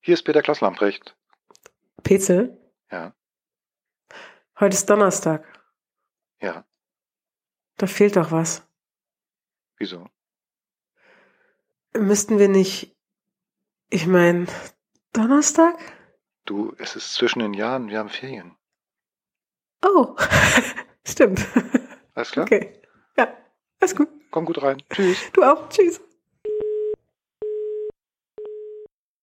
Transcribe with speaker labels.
Speaker 1: Hier ist Peter Klaus Lamprecht.
Speaker 2: Petzel,
Speaker 1: Ja,
Speaker 2: heute ist Donnerstag.
Speaker 1: ja.
Speaker 2: Da fehlt doch was.
Speaker 1: Wieso?
Speaker 2: Müssten wir nicht. Ich meine, Donnerstag?
Speaker 1: Du, es ist zwischen den Jahren, wir haben Ferien.
Speaker 2: Oh, stimmt.
Speaker 1: Alles klar?
Speaker 2: Okay. Ja, alles gut.
Speaker 1: Komm gut rein. Tschüss.
Speaker 2: Du auch. Tschüss.